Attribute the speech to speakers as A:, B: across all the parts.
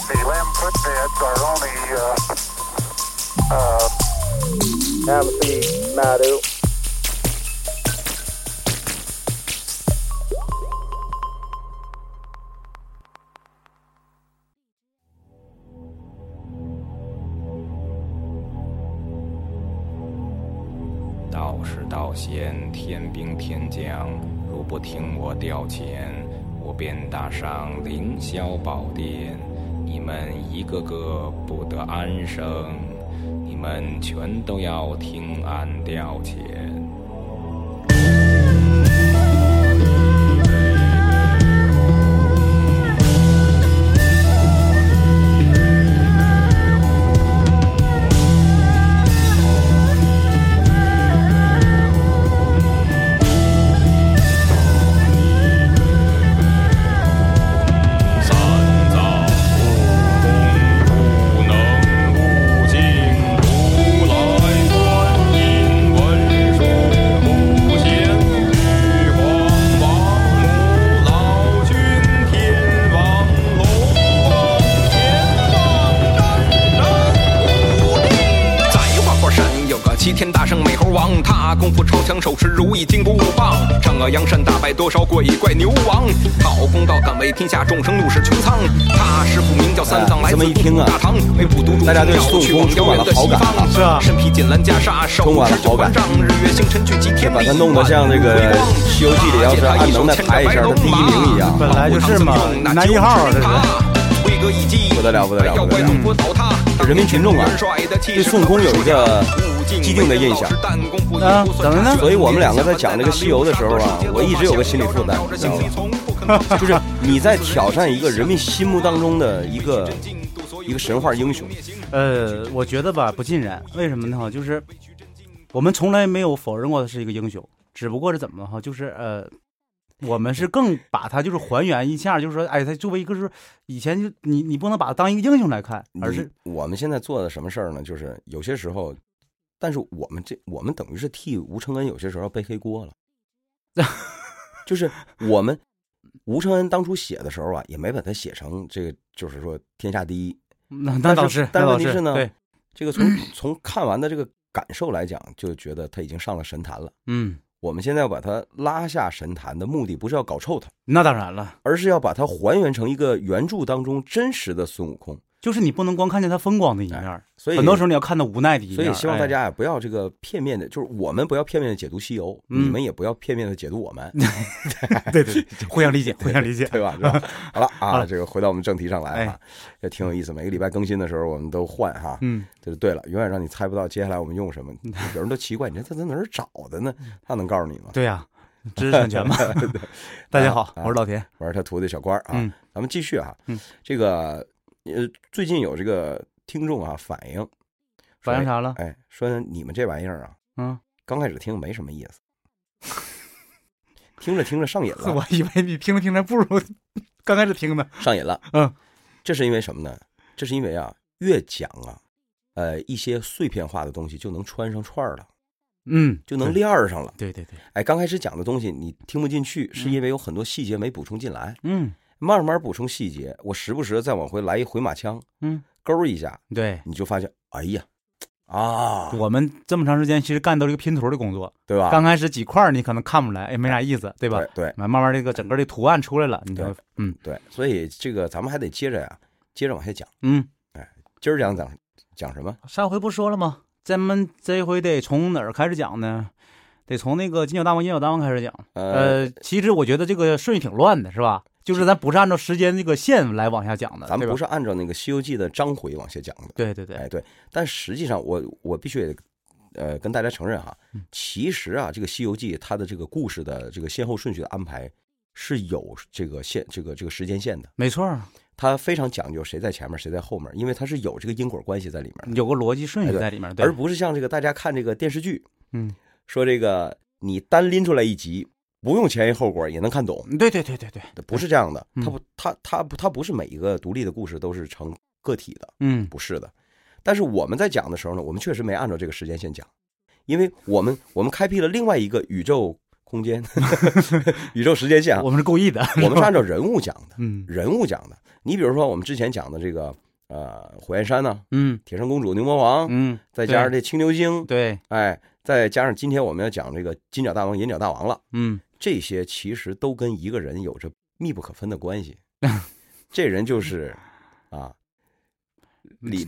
A: quit bids are only, uh, uh,
B: Amity Madu.
C: 道是道贤，天兵天将，如不听我调遣，我便打上凌霄宝殿，你们一个个不得安生，你们全都要听俺调遣。三藏不共，不能无尽。如来观音文殊普贤，玉皇王母老君天王龙王前王真人五帝。
D: 在花果山有个齐天大圣美猴王，他功夫超强，手持如意金箍啊棒，惩恶扬善，打败多少鬼怪牛王，好公道，敢为天下众生怒视穹苍。他师傅名叫三藏，来
E: 哎这
D: 自
E: 么一
D: 东
E: 听
D: 土
E: 啊
D: 大唐，为普度众
E: 大
D: 生
E: 家对
D: 要
E: 孙
D: 去
E: 悟
D: 往
E: 空充
D: 遥
E: 满
D: 远
E: 了
D: 的
E: 好
D: 西
E: 感
D: 方。
E: 了
B: 是啊
D: 身披锦兰袈裟，手
E: 充满了
D: 持九
E: 好
D: 环
E: 感
D: 杖，日月星辰聚集天
E: 把
D: 地
E: 它弄得像这个
D: 万物
E: 《西游记》里要是按能耐排一下的第一名一样。
B: 本来就是嘛男一号啊这是
D: 规格一击，
E: 不得了不得了
D: 妖
E: 不得
D: 怪
E: 了
D: 弄波倒塌。
E: 这人民群众啊
D: 对
E: 对孙悟空有一个既定的印象
B: 啊怎么呢
E: 所以我们两个在讲这个西游的时候啊我一直有个心理负担你知道
D: 吧
E: 就是你在挑战一个人们心目当中的一个一个神话英雄，
B: 呃，我觉得吧，不尽然。为什么呢？哈，就是呃我们从来没有否认过他是一个英雄，只不过是怎么哈，就是呃，我们是更把他就是还原一下，就是说，哎，他作为一个就是以前就你你不能把他当一个英雄来看，
E: 嗯
B: 而是
E: 你我们现在做的什么事儿呢？就是有些时候，但是我们这我们等于是替吴承恩有些时候背黑锅 了，就是我们吴承恩当初写的时候啊，也没把它写成这个，就是说天下第一。
B: 那
E: 但
B: 那
E: 是
B: 倒是，
E: 但
B: 那倒
E: 问题是呢
B: 对，
E: 这个从
B: 嗯
E: 从看完的这个感受来讲，就觉得他已经上了神坛了。
B: 嗯，
E: 我们现在要把它拉下神坛的目的，不是要搞臭它，
B: 那当然了，
E: 而是要把它还原成一个原著当中真实的孙悟空。
B: 就是你不能光看见他风光的一面儿，
E: 哎所以
B: 很多时候你要看到无奈的一面
E: 所
B: 儿。
E: 以希望大
B: 哎
E: 家也不要这个片面的，就是我们不要片面的解读西游，
B: 嗯
E: 你们也不要片面的解 读我们，
B: 对对对互相理解，互相理解。
E: 对吧？是吧好了
B: 好
E: 啊，
B: 了
E: 这个回到我们正题上来啊
B: 哎，
E: 也挺有意思。每个礼拜更新的时候，我们都换哈。
B: 嗯，
E: 就是对了，永远让你猜不到接下来我们用什么。有人都奇怪，你这他在哪儿找的呢？他能告诉你吗？
B: 嗯对呀，知识产权 嘛。 大家
E: 啊
B: 好，我是老田。
E: 我是他徒弟小官儿啊。
B: 嗯
E: 咱们继续哈、
B: 嗯
E: 这个呃，最近有这个听众啊反映，
B: 反映啥了？
E: 哎，说你们这玩意儿啊，
B: 嗯，
E: 刚开始听没什么意思， 听着听着上瘾 了，
B: 以为你听着听着不如 刚开始听呢。
E: 上瘾了。
B: 嗯，
E: 这是因为什么呢？这是因为啊，越讲啊，呃，一些碎片化的东西就能穿上串儿了，
B: 嗯，
E: 就能链儿上了。
B: 对。对对对，
E: 哎，刚开始讲的东西你听不进去，是因为有很多细节没补充进来。
B: 嗯
E: 慢慢补充细节，我时不时再往回来一回马枪，
B: 嗯，
E: 勾儿一下，
B: 对。
E: 你就发现，哎呀，啊，
B: 我们这么长时间其实干都是一个拼图的工作，
E: 对吧？
B: 刚开始几块儿你可能看不出来，也哎没啥意思，对吧？
E: 啊对对
B: 慢慢慢这个整个的图案出来了，你就会嗯
E: 对，所以这个咱们还得接着呀、接着往下讲。
B: 嗯，
E: 今儿讲讲讲什么？
B: 上回不说了吗？咱们这回得从哪儿开始讲呢？得从那个金角大王、银角大王开始讲。
E: 呃，
B: 呃，其实我觉得这个顺序挺乱的，是吧？就是咱不是按照时间这个线来往下讲的，
E: 咱
B: 对
E: 们
B: 吧
E: 不是按照那个《西游记》的章回往下讲的，
B: 对对对，
E: 哎，对。但实际上我，我必须也呃跟大家承认哈，
B: 嗯
E: 其实啊，这个《西游记》它的这个故事的这个先后顺序的安排是有这个线这个这个时间线的，
B: 没错儿，
E: 它非常讲究谁在前面谁在后面，因为它是有这个因果关系在里面的。
B: 有个逻辑顺
E: 哎
B: 序
E: 对
B: 在里面，嗯对
E: 而，不是像这个大家看这个电视剧，
B: 嗯，
E: 说这个你单拎出来一集，不用前因后果也能看懂，
B: 对对对对对，
E: 不是这样的。
B: 嗯
E: 它不，它它不，它不是每一个独立的故事都是成个体的，
B: 嗯，
E: 不是的。但是我们在讲的时候呢，我们确实没按照这个时间线讲，因为我们我们开辟了另外一个宇宙 空间、宇宙时间线啊，
B: 我们是故意的，
E: 我们是按照人物讲的，
B: 嗯
E: 人物讲的。你比如说我们之前讲的这个。呃火焰山呢、
B: 嗯
E: 铁扇公主、牛魔王，
B: 嗯，
E: 再加上
B: 对
E: 这青牛精，
B: 对，
E: 哎，再加上今天我们要讲这个金角大王、银角大王了，
B: 嗯
E: 这些其实都跟一个人有着密不可分的 关系。这人就是啊， 李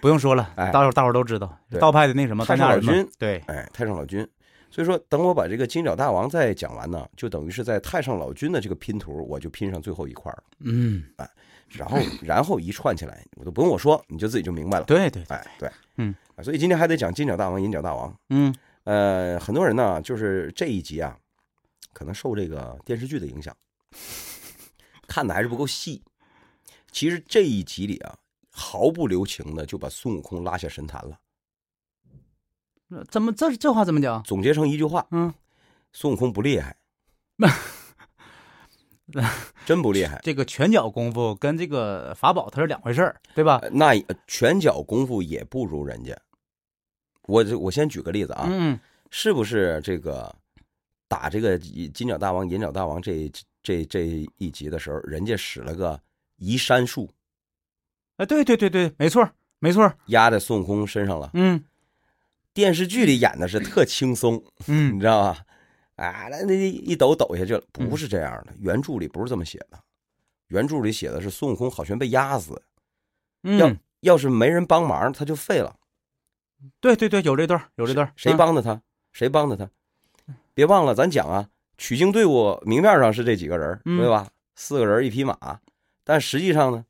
B: 不用说了，
E: 哎
B: 大伙大伙都知道
E: 对
B: 道派的那什么
E: 太
B: 单
E: 上
B: 家
E: 老
B: 人嘛
E: 君，
B: 对，
E: 哎，太上老君。所以说，等我把这个金角大王再讲完呢，就等于是在太上老君的这个拼图，我就拼上最后一块儿了，
B: 嗯，
E: 然后然后一串起来，我都不用我说，你就自己就明白了。
B: 对对，
E: 哎，对，
B: 嗯
E: 啊，所以今天还得讲金角大王、银角大王。
B: 嗯
E: 呃，很多人呢，就是这一集啊，可能受这个电视剧的影响，看的还是不够细。其实这一集里啊，毫不留情的就把孙悟空拉下神坛了。
B: 怎么这这话怎么讲？
E: 总结成一句话：
B: 嗯，
E: 孙悟空不厉害，真不厉害。
B: 这个拳脚功夫跟这个法宝它是两回事儿，对吧？
E: 呃那也拳脚功夫也不如人家。我这我先举个例子啊，
B: 嗯
E: 是不是这个打这个金角大王、银角大王这这这一集的时候，人家使了个移山术
B: 哎，对对对对，没错儿没错儿，
E: 压在孙悟空身上了？
B: 嗯
E: 电视剧里演的是特轻松，你
B: 嗯，
E: 知道吧？啊，那那一抖抖下去了，不是这样的。原著里不是这么写的，原著里写的是孙悟空好像被压死，要
B: 嗯，
E: 要是没人帮忙，他就废了。
B: 对对对，有这段儿有这段儿，
E: 谁
B: 嗯？
E: 帮的他？谁帮的他？别忘了，咱讲啊，取经队伍明面上是这几个人儿，
B: 嗯
E: 对吧？四个人一匹马，但实际上呢，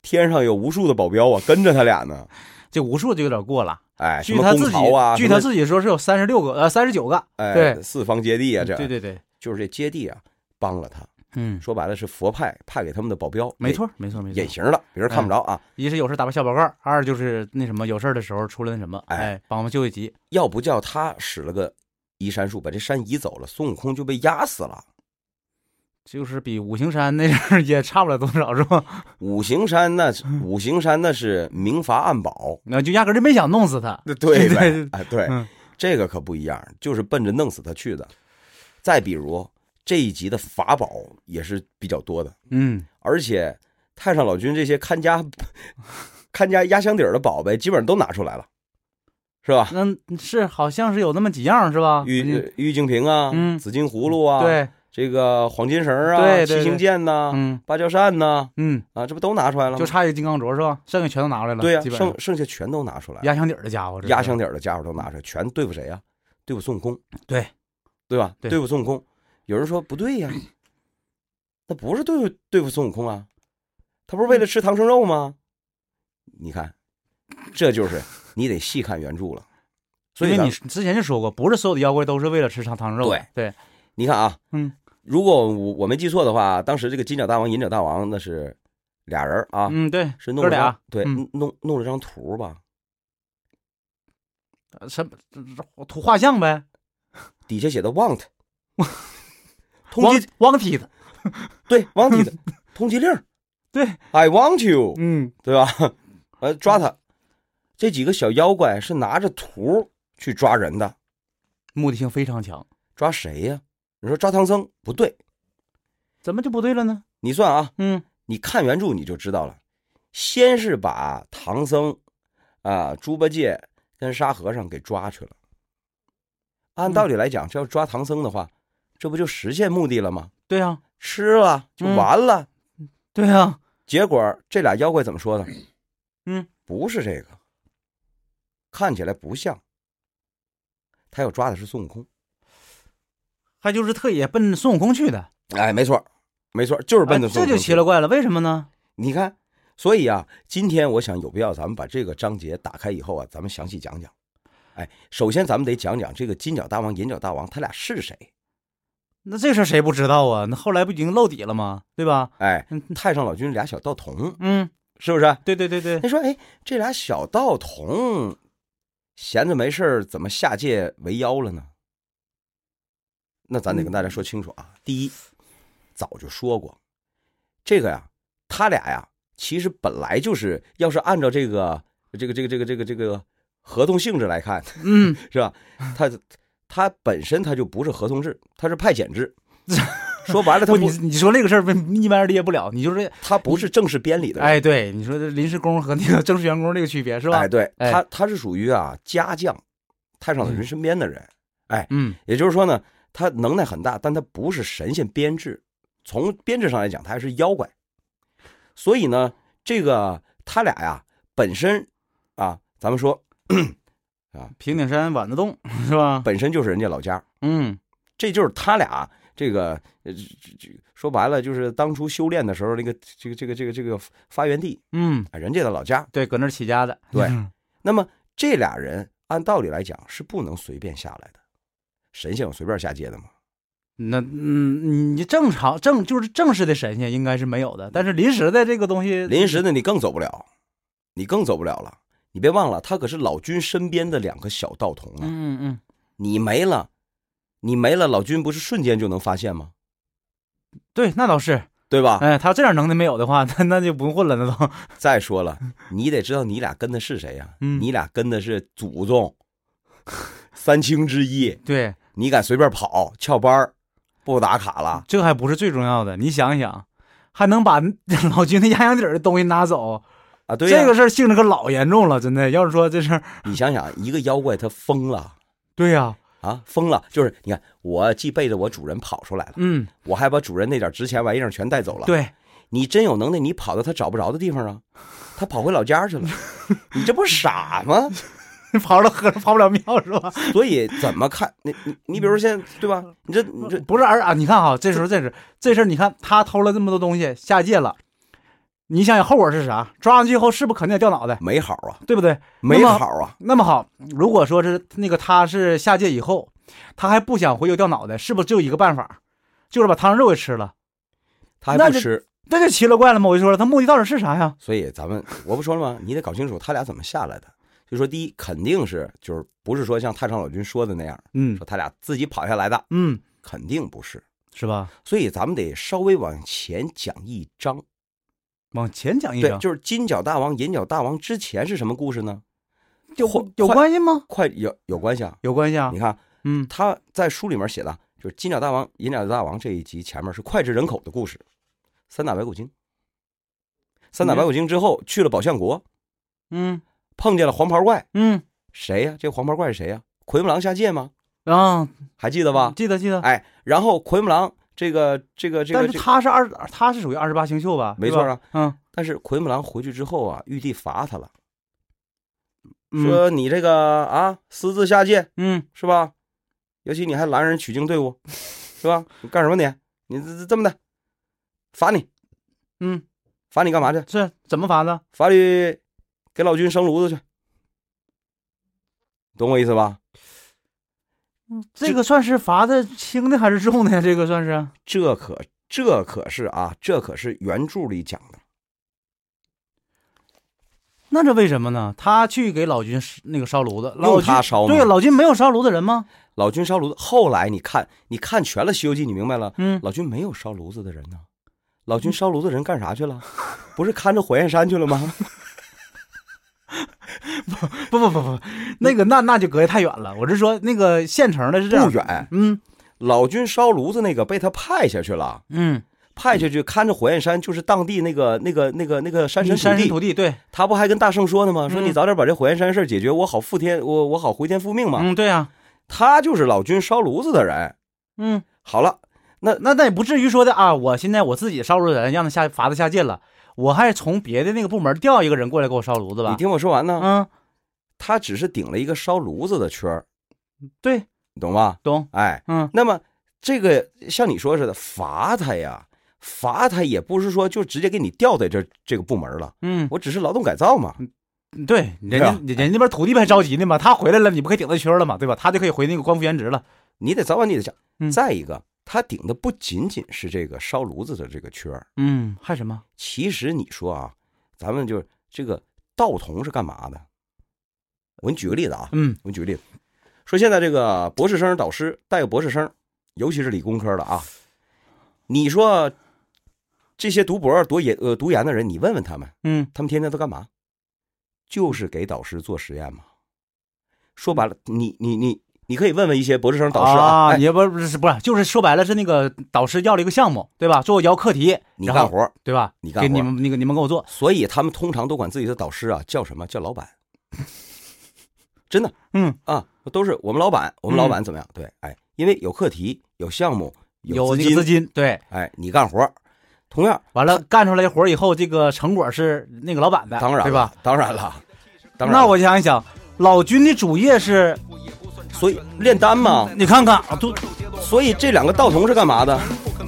E: 天上有无数的保镖啊，跟着他俩呢。
B: 啊这无数就有点过了。
E: 哎，什
B: 据
E: 么
B: 他
E: 公
B: 自己
E: 曹啊，
B: 据
E: 什么
B: 他自己说是有三十六个呃三十九个，
E: 哎，
B: 对嗯
E: 四方揭谛啊，这
B: 对对对，
E: 就是这揭谛啊，帮了他。
B: 嗯，
E: 说白了是佛派派给他们的保镖，
B: 没错儿没错儿没错哎
E: 给，隐
B: 儿，
E: 形了，别人看不着啊。
B: 一是有事打破小报告，二就是那什么有事儿的时候出了那什么，
E: 哎
B: 哎，帮忙救一急，
E: 要不叫他使了个移山术，把这山移走了，孙悟空就被压死了。
B: 就是比五行山那阵儿 也差不了多少是吧？
E: 五行山 那是五行山那是明罚暗保，
B: 那就压根儿就没想弄死他，
E: 那对呗，
B: 对
E: 哎，对，
B: 嗯
E: 这个可不一样，就是奔着弄死他去的。再比如这一集的法宝也是比较多的，
B: 嗯，
E: 而且太上老君这些看家 看家压箱底儿的宝贝，基本上都拿出来了，是吧？
B: 那是好像是有那么几样儿是吧？
E: 玉玉净瓶啊，
B: 嗯
E: 紫金葫芦啊，，
B: 对，
E: 这个黄金绳啊，
B: 对对对
E: 七星剑呐、
B: 嗯
E: 芭蕉扇呐、
B: 嗯，
E: 啊，这不都拿出来了吗？
B: 就差一个金刚镯是吧？剩下全都拿回来了，
E: 对呀、
B: 基本上
E: 剩剩下全都拿出来了，
B: 压箱底儿的家伙，这是
E: 压箱底儿的家伙都拿出来，全对付谁呀、对付孙悟空。
B: 对，
E: 对吧？
B: 对
E: 付孙悟空，有人说不对 呀，那不是对付对付孙悟空啊，他不是为
B: 嗯
E: 了吃唐僧肉吗？你看，这就是你得细看原著了。所以
B: 因
E: 咱
B: 为你之前就说过，不是所有的妖怪都是为了吃糖糖肉的，对，
E: 你看啊，
B: 嗯，
E: 如果我我没记错的话，当时这个金角大王、银角大王那是俩人啊，
B: 嗯对，
E: 是弄
B: 哥
E: 了张
B: 俩
E: 对、
B: 嗯
E: 弄弄了张图吧，
B: 呃什么呃图画像呗，
E: 底下写的 want，通
B: 汪
E: 缉
B: 汪体的，
E: 对 want 的通缉令儿
B: 对，
E: ，I want you，
B: 嗯，
E: 对吧？呃，抓他。这几个小妖怪是拿着图去抓人的，
B: 目的性非常强，
E: 抓谁呀、你说抓唐僧不对，
B: 怎么就不对了呢？
E: 你算啊，
B: 嗯
E: 你看原著你就知道了。先是把唐僧啊、猪八戒跟沙和尚给抓去了。按
B: 嗯
E: 道理来讲，这要抓唐僧的话，这不就实现目的了吗？
B: 对呀、啊，
E: 吃了就完了。
B: 对呀、啊，
E: 结果这俩妖怪怎么说呢？
B: 嗯，
E: 不是这个，看起来不像。他要抓的是孙悟空。
B: 还就是特意奔孙悟空去的，
E: 哎，没错，没错，就是奔着
B: 哎
E: 孙
B: 这
E: 悟空、
B: 就奇了。怪了，为什么呢？
E: 你看，所以啊，今天我想有必要，咱们把这个章节打开以后啊，咱们详细讲讲。哎，首先咱们得讲讲这个金角大王、银角大王他俩是谁。
B: 那这事儿谁不知道啊？那后来不已经露底了吗？对吧？
E: 哎
B: 嗯，
E: 太上老君俩小道童，
B: 嗯，
E: 是不是？
B: 对对对对
E: 他，说：“哎，这俩小道童闲着没事儿，怎么下界为妖了呢？”那咱得跟大家说清楚啊。第一，早就说过，这个呀，他俩呀，其实本来就是，要是按照这个这个这个这个这个这个合同性质来看，
B: 嗯，
E: 是吧？他他本身他就不是合同制，他是派遣制，说白了，他
B: 不，你
E: 不
B: 你说这个事儿不一般人理解不了，你就是
E: 他不是正式编理的人，
B: 哎，对，你说这临时工和那个正式员工这个区别是吧？
E: 哎，对
B: 哎
E: 他他是属于啊家将，太上老君身边的人，哎，
B: 嗯，
E: 也就是说呢，他能耐很大，但他不是神仙编制，从编制上来讲，他还是妖怪，所以呢，这个他俩呀本身啊，咱们说啊，
B: 平顶山碗子洞是吧？
E: 本身就是人家老家，
B: 嗯，
E: 这就是他俩这个呃，这这说白了就是当初修炼的时候那个这个这个这个这个发源地
B: 嗯，
E: 啊，人家的老家。
B: 对，搁那儿起家的，嗯
E: 对，那么这俩人按道理来讲是不能随便下来的，神仙有随便下界的吗？
B: 那嗯，你正常正就是正式的神仙应该是没有的，但是临时的这个东西，
E: 临时的你更走不了，你更走不了了。你别忘了，他可是老君身边的两个小道童啊，
B: 嗯嗯嗯，
E: 你没了，你没了，老君不是瞬间就能发现吗？
B: 对，那倒是，
E: 对吧？
B: 哎，他这点能耐没有的话， 那那就不用混了，那都，
E: 再说了，你得知道你俩跟的是谁呀、
B: 嗯
E: 你俩跟的是祖宗，三清之一。
B: 对，
E: 你敢随便跑翘班儿，不打卡了？
B: 这还不是最重要的，你想想，还能把老君那压箱底儿的东西拿走，
E: 啊，对呀、
B: 这个事儿性质可老严重了，真的。要是说这事儿，
E: 你想想，一个妖怪他疯了
B: 对呀、
E: 啊，疯了！就是你看，我既背着我主人跑出来了，
B: 嗯，
E: 我还把主人那点值钱玩意儿全带走了。，
B: 对，
E: 你真有能耐，你跑到他找不着的地 方啊，他跑回老家去了，你这不是傻吗？
B: 跑了喝跑不了庙是吧？
E: 所以怎么看？你你你，比如说现在对吧？你这你这
B: 不是而啊，你看哈，这时候这是这事儿，你看他偷了这么多东西，下界了，你想想后果是啥？抓上去以后是不是肯定得掉脑袋，
E: 没好啊，
B: 对不对？
E: 没好啊，
B: 那么好，如果说是那个他是下界以后，他还不想回游掉脑袋，是不是只有一个办法，就是把唐僧肉给吃了？
E: 他还
B: 那
E: 不
B: 就
E: 吃。
B: 那就奇了怪了嘛！我就说了，他目的到底是啥呀？
E: 所以咱们我不说了吗？你得搞清楚他俩怎么下来的。就说第一，肯定是就是不是说像太上老君说的那样，
B: 嗯
E: 说他俩自己跑下来的，
B: 嗯，
E: 肯定不是。
B: 是吧？
E: 所以咱们得稍微往前讲一章，
B: 往前讲一
E: 对，
B: 讲，
E: 就是金角大王、银角大王之前是什么故事呢？
B: 有
E: 快
B: 有
E: 快
B: 关系吗？
E: 快有有关系啊！
B: 有关系啊
E: 你！看
B: 嗯
E: 他在书里面写的，就是金角大王、银角大王这一集前面是脍炙人口的故事，三打白骨精。三打白骨精之后去了宝象国，
B: 嗯
E: 碰见了黄袍怪，
B: 嗯
E: 谁呀、这黄袍怪是谁呀、奎木狼下界吗？
B: 啊，
E: 还记得吧？
B: 记得记得。
E: 哎，然后奎木狼这个这个这个，
B: 但
E: 这
B: 是
E: 个
B: 他是二，他是属于二十八星宿吧？
E: 没
B: 对
E: 错
B: 吧。
E: 啊。
B: 嗯，
E: 但是奎木狼回去之后啊，玉帝罚他了，
B: 嗯
E: 说你这个啊私自下界
B: 嗯，
E: 是吧？尤其你还拦人取经队伍，是吧？你干什么你？你这这这么的，罚你，
B: 嗯，
E: 罚你干嘛去？
B: 是怎么罚的？
E: 罚你给老君生炉子去，懂我意思吧？
B: 这个算是罚的轻的还是重的呀？这个算是
E: 这可这可是啊，这可是原著里讲的。
B: 那这为什么呢？他去给老君是那个烧炉子，老君
E: 他烧吗
B: 对，老君没有烧炉子人吗？
E: 老君烧炉子，后来你看，你看全了《西游记》，你明白了，
B: 嗯，
E: 老君没有烧炉子的人呢。老君烧炉子的人干啥去了？不是看着火焰山去了吗？
B: 不不不不，那个那那就隔得太远了。我是说那个县城的是这样
E: 不，远，
B: 嗯
E: 老君烧炉子那个被他派下去了，
B: 嗯，
E: 派下去看着火焰山，就是当地那个那个那个那个山
B: 嗯
E: 神
B: 山神
E: 土
B: 土
E: 地。
B: 地，对，
E: 他不还跟大圣说呢吗？说
B: 嗯
E: 你早点把这火焰山事儿解决，我好复天，我我好回天复命嘛。
B: 嗯对啊，
E: 他就是老君烧炉子的人。
B: 嗯，
E: 好了，
B: 那那也不至于说的啊，我现在我自己烧炉子人让他下罚他下界了，我还从别的那个部门调一个人过来给我烧炉子
E: 你
B: 吧？
E: 听我说完呢。
B: 嗯，
E: 他只是顶了一个烧炉子的圈儿，
B: 对，
E: 你懂吧？
B: 懂，
E: 哎，
B: 嗯
E: 那么这个像你说似的，罚他呀，罚他也不是说就直接给你调在这这个部门了，
B: 嗯。
E: 我只是劳动改造嘛。
B: 对，啊人家人家那边土地还着急呢嘛，他回来了，你不可以顶他圈了嘛，对吧？他就可以回那个官复原职了。
E: 你得早晚你得想。
B: 嗯
E: 再一个，他顶的不仅仅是这个烧炉子的这个圈儿，
B: 嗯，还什么？
E: 其实你说啊，咱们就是这个道童是干嘛的？我给你举个例子啊，
B: 嗯
E: 我举个例子，说现在这个博士生导师带个博士生，尤其是理工科的啊，你说这些读博、读研、呃读研的人，你问问他们，
B: 嗯，
E: 他们天天都干嘛？就是给导师做实验嘛。说白了，你你你你可以问问一些博士生导师
B: 啊，
E: 哎
B: 你不不是不是，就是说白了是那个导师要了一个项目，对吧？说我要课题，
E: 你
B: 然
E: 干
B: 后
E: 活儿，
B: 对吧？
E: 你干
B: 给
E: 活
B: 你们那个你们给我做，
E: 所以他们通常都管自己的导师啊叫什么叫老板，真的，
B: 嗯
E: 啊，都是我们老板，我们
B: 嗯
E: 老板怎么样？对，哎，因为有课题，有项目，
B: 有
E: 资
B: 这个
E: 金，
B: 资金，对，
E: 哎，你干活儿，同样，
B: 完了干出来活儿以后，这个成果是那个老板的，
E: 当然
B: 啊对吧
E: 了？，当然了，当然了，
B: 那我想一想，老君的主业是，
E: 所以炼丹嘛，
B: 你看看啊，都
E: 所以这两个道童是干嘛的？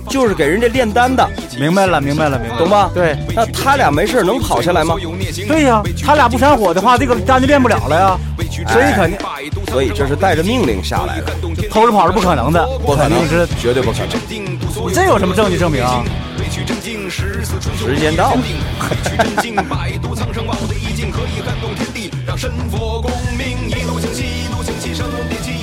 E: 就是给人家炼丹的，
B: 明白了，明白了，明白了，
E: 懂吧？
B: 对，
E: 那他俩没事儿能跑下来吗？
B: 对呀、他俩不闪火的话，这个单就练不了了呀。
E: 哎
B: 所以肯定
E: 所以这是带着命令下来的，
B: 偷着跑是不可能的，
E: 不可
B: 肯
E: 能
B: 定是，
E: 绝对不可能。
B: 你这有什么证据证明啊？
E: 时间到了。
D: 百度苍生宝的意境可以撼动天地，让神佛共鸣，一路清晰，一路清晰，声地气